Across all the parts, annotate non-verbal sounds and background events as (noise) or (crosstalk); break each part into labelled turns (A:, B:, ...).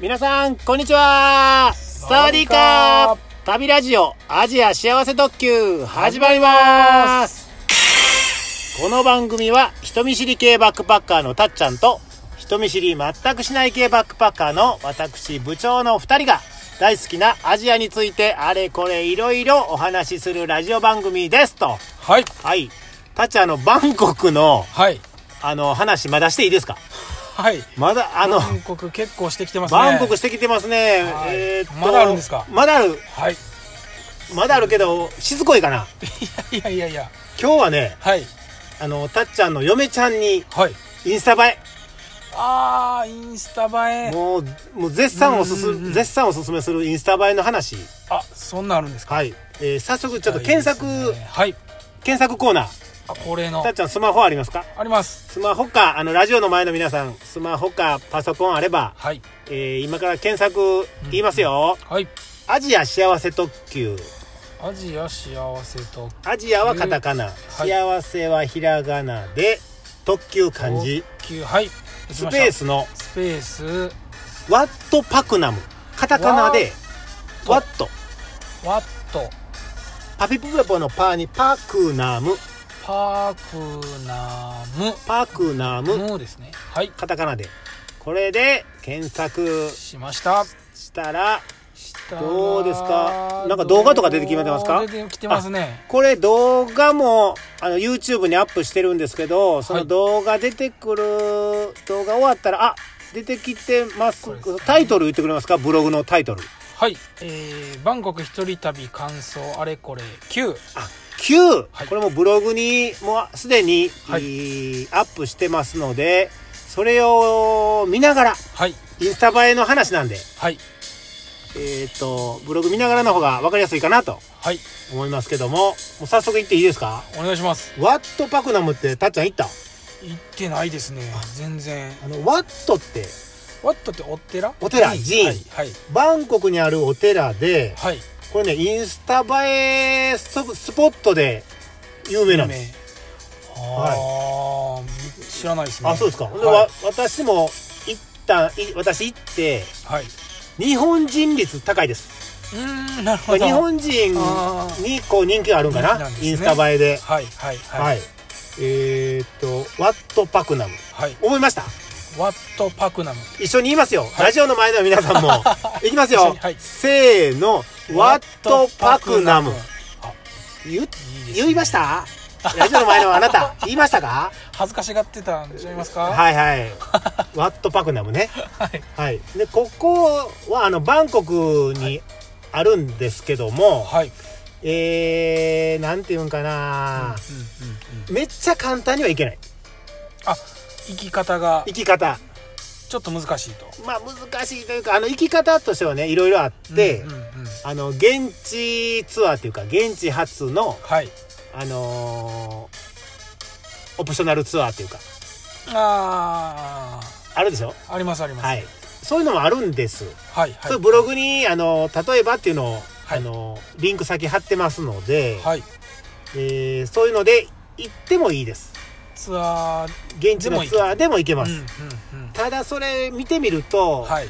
A: 皆さん、こんにちはサワディーカー旅ラジオアジア幸せ特急始まりますこの番組は人見知り系バックパッカーのたっちゃんと人見知り全くしない系バックパッカーの私部長の2人が大好きなアジアについてあれこれいろいろお話しするラジオ番組ですと。
B: はい。
A: はい。たっちゃん、あの、バンコクの、
B: はい。
A: あの、話まだしていいですか
B: はい。
A: まだ、あの、
B: バンコク結構してきてますね。
A: バンコクしてきてますね。
B: はい
A: えーっと
B: まだあるんですか
A: まだある、
B: はい。い (laughs)
A: まだあるけど、しつこいかな。
B: やいやいや。
A: 今日はね、
B: はい。
A: あの、たっちゃんの嫁ちゃんに、
B: はい。
A: インスタ映
B: あー、インスタ映
A: え。
B: え。
A: もう、もう絶賛おす
B: うんうんう
A: す、
B: ん
A: 絶賛おすすめするインスタ映えの話。
B: あ、そんなんあるんですか
A: はい。えー早速、ちょっと検索、
B: いいですねはい。
A: 検索コーナー。
B: あ、恒例の
A: たっ。ちゃん、スマホありますか
B: あります。
A: スマホか、あの、ラジオの前の皆さん、スマホか、パソコンあれば、
B: はい。
A: えー今から検索言いますよ。
B: はい。
A: アジア幸せ特急。
B: アジア幸せと
A: アジアはカタカナ、
B: はい
A: 幸せはひらがなで、特急漢字、
B: 高級。はい。でき
A: ス
B: ました
A: ペー。スの
B: スペース。
A: ワットパクナム。カタカナで、
B: ワ
A: ワ
B: ッ
A: ット。
B: ワット。
A: パピプペポのパーにパクナム。
B: パークナ
A: パクナム。
B: ム。ムーですね。はい。
A: カタカナで。これで検索
B: しました。
A: したら、
B: した
A: どうですかなんか動画とか出てきてますか
B: 出てきてますね。
A: これ動画もあの YouTube にアップしてるんですけど、そ
B: は
A: の
B: い
A: 動画出てくる、動画終わったら、あ出てきてます
B: これですね。
A: タイトル言ってくれますかブログのタイトル。
B: はい、えー、バンコク一人旅感想あれこれ9
A: Q、
B: はい
A: これもブログにもうすでに、
B: はい
A: えーアップしてますのでそれを見ながら
B: はい
A: インスタ映えの話なんで、
B: はい
A: えー、とブログ見ながらの方が分かりやすいかなと
B: はい
A: 思いますけどももう早速行っていいですか
B: お願いします
A: ワットパクナムってたっちゃん行った
B: 行ってないですね全然
A: あのワットって
B: ワットってお寺
A: お寺
B: 寺
A: 寺
B: 院
A: 院
B: はいはい、
A: バンコクにあるお寺で
B: はい、
A: これねインスタ映えストスポットで有名なんです
B: 有名あー、知らないですね
A: あそうですか、ほんで
B: は
A: わ
B: い、
A: 私も行ったい私行って
B: はい、う
A: 日本人率高いです。
B: ーんなる
A: こ
B: ほ
A: れ
B: ど
A: 日本人
B: あー
A: にこう人気があるんかな
B: 人気なんですね
A: インスタ映えで。
B: はいはいはい
A: はい。えーっと、ワットパクナム。
B: はい
A: 覚えました
B: ワットパクナム
A: 一緒に言いますよ。ラジオの前の皆
B: (laughs)
A: さんも。いきます
B: 一緒
A: よ
B: にはい。
A: せーの、ワットパクナム
B: ワッ。トパクナム
A: 言、
B: あいいですね
A: 言いましたラジオの前のあな
B: (laughs)
A: た、言いましたか
B: 恥ずかしがってたんちゃいますか
A: はい
B: (laughs)
A: はい。ワットパクナムね。
B: はい
A: はい。で、ここは、あの、バンコクにあるんですけども、
B: はい、
A: えー、なんていうんかな、
B: うんうんうん、
A: めっちゃ簡単にはいけない
B: あ生き方が
A: 生き方
B: ちょっと難しいと
A: まあ難しいというかあの生き方としてはねいろいろあって、
B: うんうんうん
A: あの現地ツアーというか現地発の
B: はい
A: あのーオプショナルツアーというか
B: あ
A: あるでしょ
B: ーありますあります
A: はいそういうのもあるんです、
B: はいはい
A: そういうブログにあの例えばっていうのを、
B: はい
A: あのリンク先貼ってますので、
B: はい
A: えーそういうので行ってもいいです
B: ツアー
A: 現地のツアーでも行けます、
B: うんうんうん
A: ただそれ見てみると、
B: はい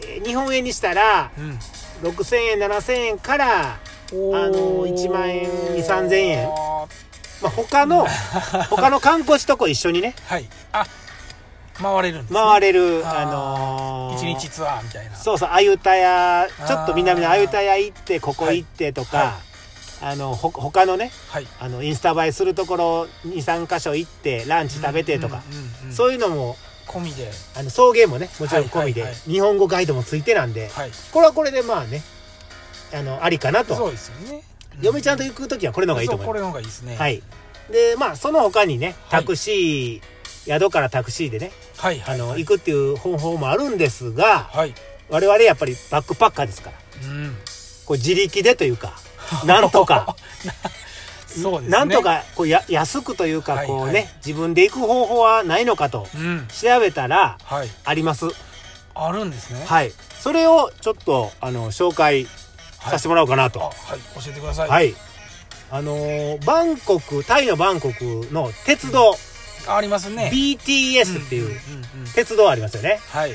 A: えー日本円にしたら
B: うん
A: 6000円7000円から、
B: お
A: あの
B: ー
A: 1万円2 3000円
B: は
A: まあ、他
B: (laughs)
A: の他の観光地とこ一緒にね
B: いあ回れるんです、ね、
A: 回れるあ
B: (laughs) あ
A: の
B: 一
A: ー
B: 日ツアーみたいな
A: そうそうアユタヤ
B: ー
A: ちょっと南のアユタヤ行ってここ行ってとか、
B: は
A: あのほ他のね
B: はい
A: あのインスタ映えするところ23箇所行ってランチ食べてとか、
B: うんうんうん
A: そういうのも
B: 込みで
A: あの送迎もねもちろん込みで、
B: はいはい
A: 日本語ガイドもついてなんで
B: はい
A: これはこれでまあねあのありかなと
B: そうですよね
A: 嫁ちゃんと
B: う
A: 行く時はこれの方がいいと思い
B: そう
A: ま
B: これの方がいいですね
A: す。はい。で、まあ、その他にね、
B: はい
A: タクシー、宿からタクシーでね、
B: はいは
A: あ
B: い
A: の、行くっていう方法もあるんですが、
B: はい
A: 我々やっぱりバックパッカーですから、
B: うん
A: こう自力でという
B: (laughs)
A: か、なんとか、
B: そうですね
A: なんとかこうや安くというか、こうね、
B: はいはい
A: 自分で行く方法はないのかと
B: うん
A: 調べたら、
B: はい
A: あります。
B: あるんですね
A: はい。それをちょっと、あの、紹介
B: はい
A: させてもらおうかなと。
B: あはい教えてください
A: はい。あのーバンコク、タイのバンコクの鉄道、
B: ありますね
A: BTS っていう
B: うんうんうんうん
A: 鉄道ありますよね。
B: はい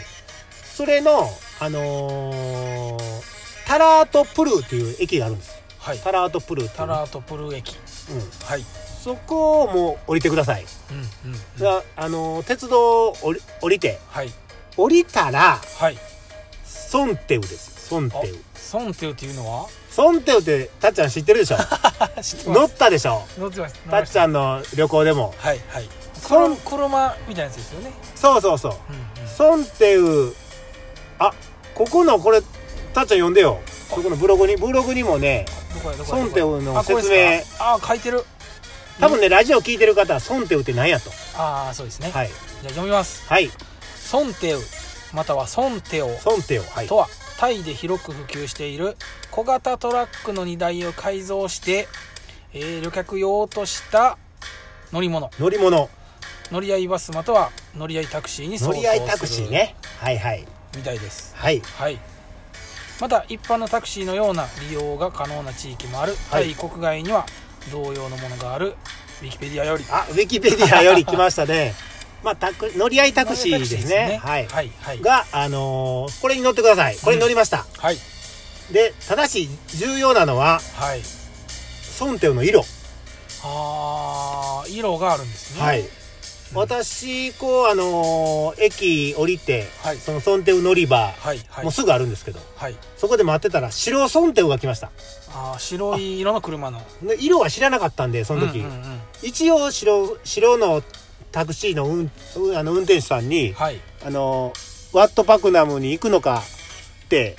A: それの、あのータラートプルーっていう駅があるんです
B: はい
A: タラートプルーってい
B: タ
A: う、
B: ラートプル駅
A: うん、
B: はい
A: そこをもう降りてください、
B: うんうん、うん、
A: だあのー鉄道を降り降りて
B: はい
A: 降りたら
B: はい
A: ソンテウですソンテ
B: あ
A: ウ
B: ソンテウっていうのは
A: ソンテウってたっちゃん知ってるで
B: (laughs)
A: しょ
B: 知ってま
A: 乗
B: す
A: ったでしょ
B: 乗ってます乗
A: たっ
B: りまし
A: ちゃんの旅行でも
B: はいはい
A: ソン
B: 車車みたいなやつですよね
A: そうそうそう
B: うんうん
A: ソンテウあここのこれたっちゃん呼んでよそこのブログにブログにもね
B: どこやどこや
A: ソンテウの
B: あこれ
A: 説
B: で
A: 明
B: すかあ書いてる
A: 多分ねラジオ聞いてる方はソンテウって何やと
B: ああそうですね、
A: はい
B: じゃあ読みます
A: はい
B: ソンテウまたはソンテオ
A: ソンテウはい
B: とはタイで広く普及している小型トラックの荷台を改造して、えー旅客用とした乗り物
A: 乗り物
B: 乗り合いバスまたは乗り合いタクシーに
A: 乗
B: 相
A: り合いタ
B: 当
A: ク
B: す
A: シー
B: る
A: ねはいはい
B: みたいです
A: はい
B: はいまた一般のタクシーのような利用が可能な地域もある、
A: はい
B: タイ国外には同様のものがあるウィキペディアより
A: あウィキペディアより来ましたねまあタク乗り合いタクシーですねはい、
B: はいはい
A: があのーこれに乗ってくださいこれに乗りました、
B: はい
A: でただし重要なのは
B: はい
A: ソンテウの色
B: あー色があるんですね
A: はい、私こうあのー駅降りて、
B: はい
A: そのソンテウ乗り場、
B: はいはい
A: もうすぐあるんですけど
B: はい
A: そこで待ってたら白ソンテウが来ました
B: あー白い色の車の
A: で色は知らなかったんでそ
B: そ
A: の時、
B: うんうんうん
A: 一応白白のタクシーの運うんあの運転手さんに、
B: はい
A: あのーワットパクナムに行くのかって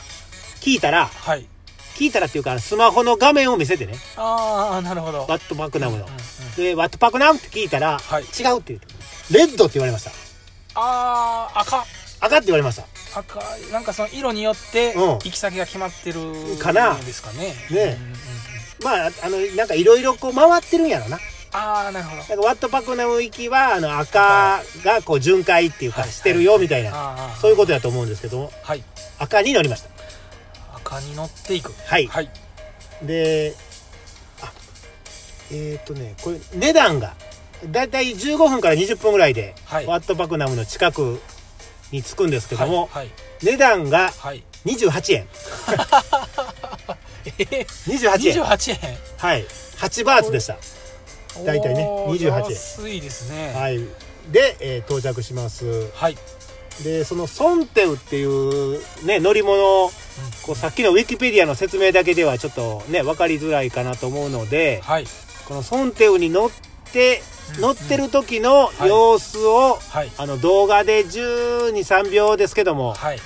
A: 聞いたら
B: はい
A: 聞いたらっていうかスマホの画面を見せてね
B: ああなるほど
A: ワットパクナムの、
B: うんうんうん
A: でワットパクナムって聞いたら、
B: はい
A: 違うって言うてレッドって言われました
B: ああ赤
A: 赤って言われました
B: 赤いなんかその色によって
A: うん
B: 行き先が決まってる
A: かなん
B: ですかね
A: ねえ
B: うんうんうん
A: まああのなんかいろいろこう回ってるんやろな
B: ああなるほど
A: なんかワットパクナム行きはあの赤がこう巡回っていうか
B: はい
A: してるよみたいな
B: ああ
A: そういうことやと思うんですけども
B: はい
A: 赤に乗りました
B: 赤に乗っていく
A: はい
B: はい
A: であえっ、とねこれ値段がだいたい15分から20分ぐらいで
B: はい
A: ワットパクナムの近くに着くんですけども
B: はい
A: 値段が
B: はいはい
A: 28円
B: (laughs) えー
A: 28円
B: 28円
A: はい8バーツでした大体ね
B: おー
A: 28円
B: 安いですね
A: はいで、えー到着します
B: はい
A: でそのソンテウっていうね乗り物こうさっきのウィキペディアの説明だけではちょっとね分かりづらいかなと思うので
B: はい
A: このソンテウに乗って
B: うん
A: 乗ってる時の
B: い
A: 様子を
B: はい
A: あの動画で123秒ですけども
B: はい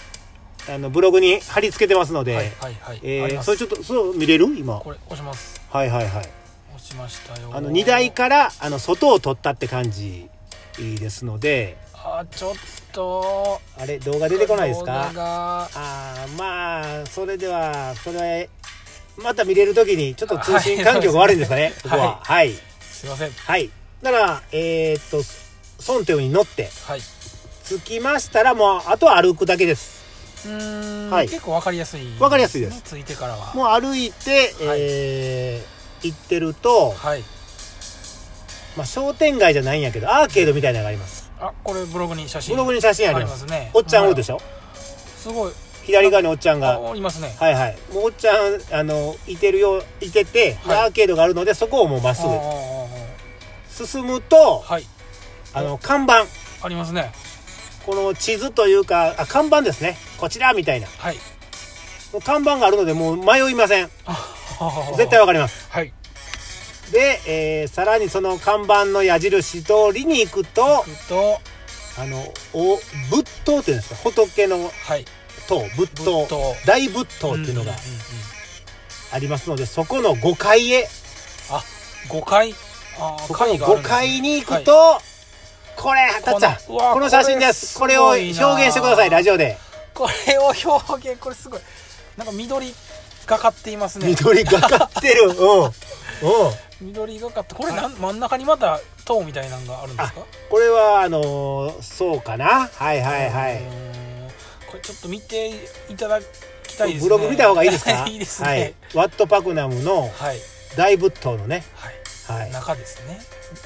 A: あのブログに貼り付けてますので、
B: はいはいはい
A: えー
B: ありま
A: そ
B: す
A: れちょっとそう見れる今
B: これ押します
A: はいはいはい
B: 押しましたよ
A: あの荷台からあの外を撮ったって感じですので
B: あーちょっと
A: あれ動画出てこないですか
B: 動画
A: あーまあそれではそれまた見れる時にちょっと通信環境が悪いんですかね、ここははい
B: がすいません
A: はいだからえーっとソンテウに乗って
B: はい
A: 着きましたらもうあとは歩くだけです
B: うーん、
A: はい
B: 結構わかりやすいですね、
A: わかりやすいです
B: ついてからは
A: もう歩いて、
B: はい
A: えー行ってると、
B: はい
A: まあ、商店街じゃないんやけどアーケードみたいなのがあります
B: あこれブログに写真
A: ブログに写真あ
B: あ
A: り
B: り
A: ま
B: ますすね
A: おっちゃんおるで
B: し
A: しょ
B: ょすごい
A: 左側におっちゃんが
B: あいますね
A: はいはいもうおっちゃんあのいてるよいてて、で
B: はい
A: アーケードがあるのでそこをもうまっす
B: あーあー
A: ぐ進むと
B: あーはい
A: あの看板
B: ありますね
A: この地図というかあ看板ですねこちらみたいな
B: はい
A: もう看板があるのでもう迷いません
B: あ
A: (laughs) 絶対わかります
B: はい
A: で、えーさらにその看板の矢印通りに行くと
B: えっと
A: あのお仏塔っていうんですか仏の
B: はい
A: 塔仏塔
B: 仏塔
A: 大仏塔っていうのが
B: んんん
A: ありますので、そこの5階へ
B: あ五階あー
A: そこの
B: 階があるん
A: 5
B: ですね
A: 階に行く
B: はい
A: と、これたっちゃん
B: このうわ
A: この写真ですこ
B: こ
A: れ
B: れ
A: を表
B: すごいな
A: 現してくださいラジオで
B: これを表現これすごいなんか緑がかっていますね
A: 緑がかって
B: (laughs)
A: るうんうん
B: 緑がかってこれなん真ん中にまた塔みたいなのがあるんですか
A: これはあのーそうかなはいはいは
B: う
A: い
B: ーんこれちょっと見ていただきたいです
A: ブ
B: ね
A: ログ見た方がいいです
B: (laughs)
A: か
B: いいですね
A: はい、ワットパクナムの
B: はい
A: 大仏塔のね、
B: はい、
A: はい、
B: 中ですね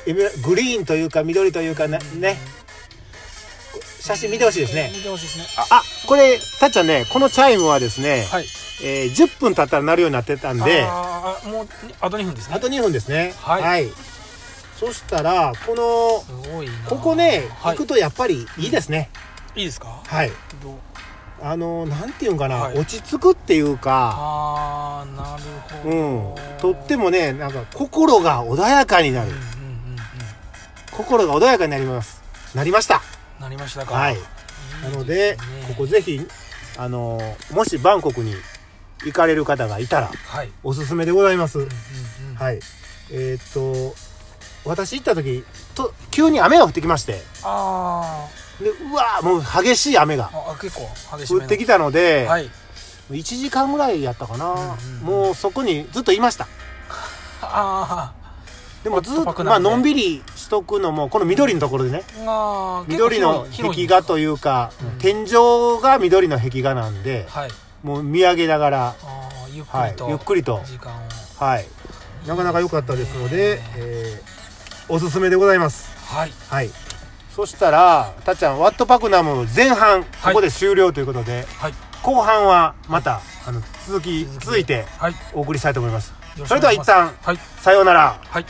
A: エメラグリーンというか緑というかな
B: うん
A: ね写真見てほしいですね
B: 見てほしいですね。
A: あこれたっちゃんねこのチャイムはですね、
B: はい。
A: えー10分経ったら鳴るようになってたんであ
B: あーあもうあと2分ですね。
A: と2分ですね
B: はい
A: そしたらこの
B: すごいな。
A: ここね、
B: はい、
A: 行くとやっぱりいいですね、
B: いいですか。
A: はい
B: どう
A: あのなんていうんかな、
B: はい
A: 落ち着くっていうか
B: あーなるほ
A: う
B: ど。
A: んとってもねなんか心が穏やかになる、
B: うんうんうんうん。
A: 心が穏やかになりますなりました
B: なりましたか。
A: はい
B: いい
A: なの
B: で
A: です
B: ね
A: ここぜひあのもしバンコクに行かれる方がいたら
B: はい。
A: おすすめでございます、
B: うんうんうん。
A: はいえーっと私行った時と急に雨が降ってきまして
B: あ
A: でうわーもう激しい雨が
B: ーああ結構激しめ
A: 降
B: な
A: ってきたので、
B: はい。
A: 1時間ぐらいやったかな、
B: うんうん
A: もうそこにずっといました
B: あー
A: でもず
B: ホッ
A: っ
B: トパ
A: と、
B: ク
A: ま
B: な
A: あ
B: んで
A: のんびりしとくのもこの緑のところでね
B: あー結構
A: 緑の
B: 広い広い
A: 壁画というか、
B: うん
A: 天井が緑の壁画なんで、
B: はい。
A: もう見上げながら、
B: ああゆっく
A: は
B: り
A: い
B: と、、
A: ゆっくりと、
B: 時間を
A: はい、なかなか良かったですので、えーおすすめでございます。
B: はい。
A: はい。そしたら、たっちゃん、ワットパクナム前半、ここで終了ということで、
B: はい。
A: 後半はまた、あの、続き、
B: 続きで
A: 続いて
B: はい。よ
A: お送りしたいと思います。
B: ろしく
A: それでは
B: お願いします
A: 一旦
B: はい。
A: さようなら。
B: はい。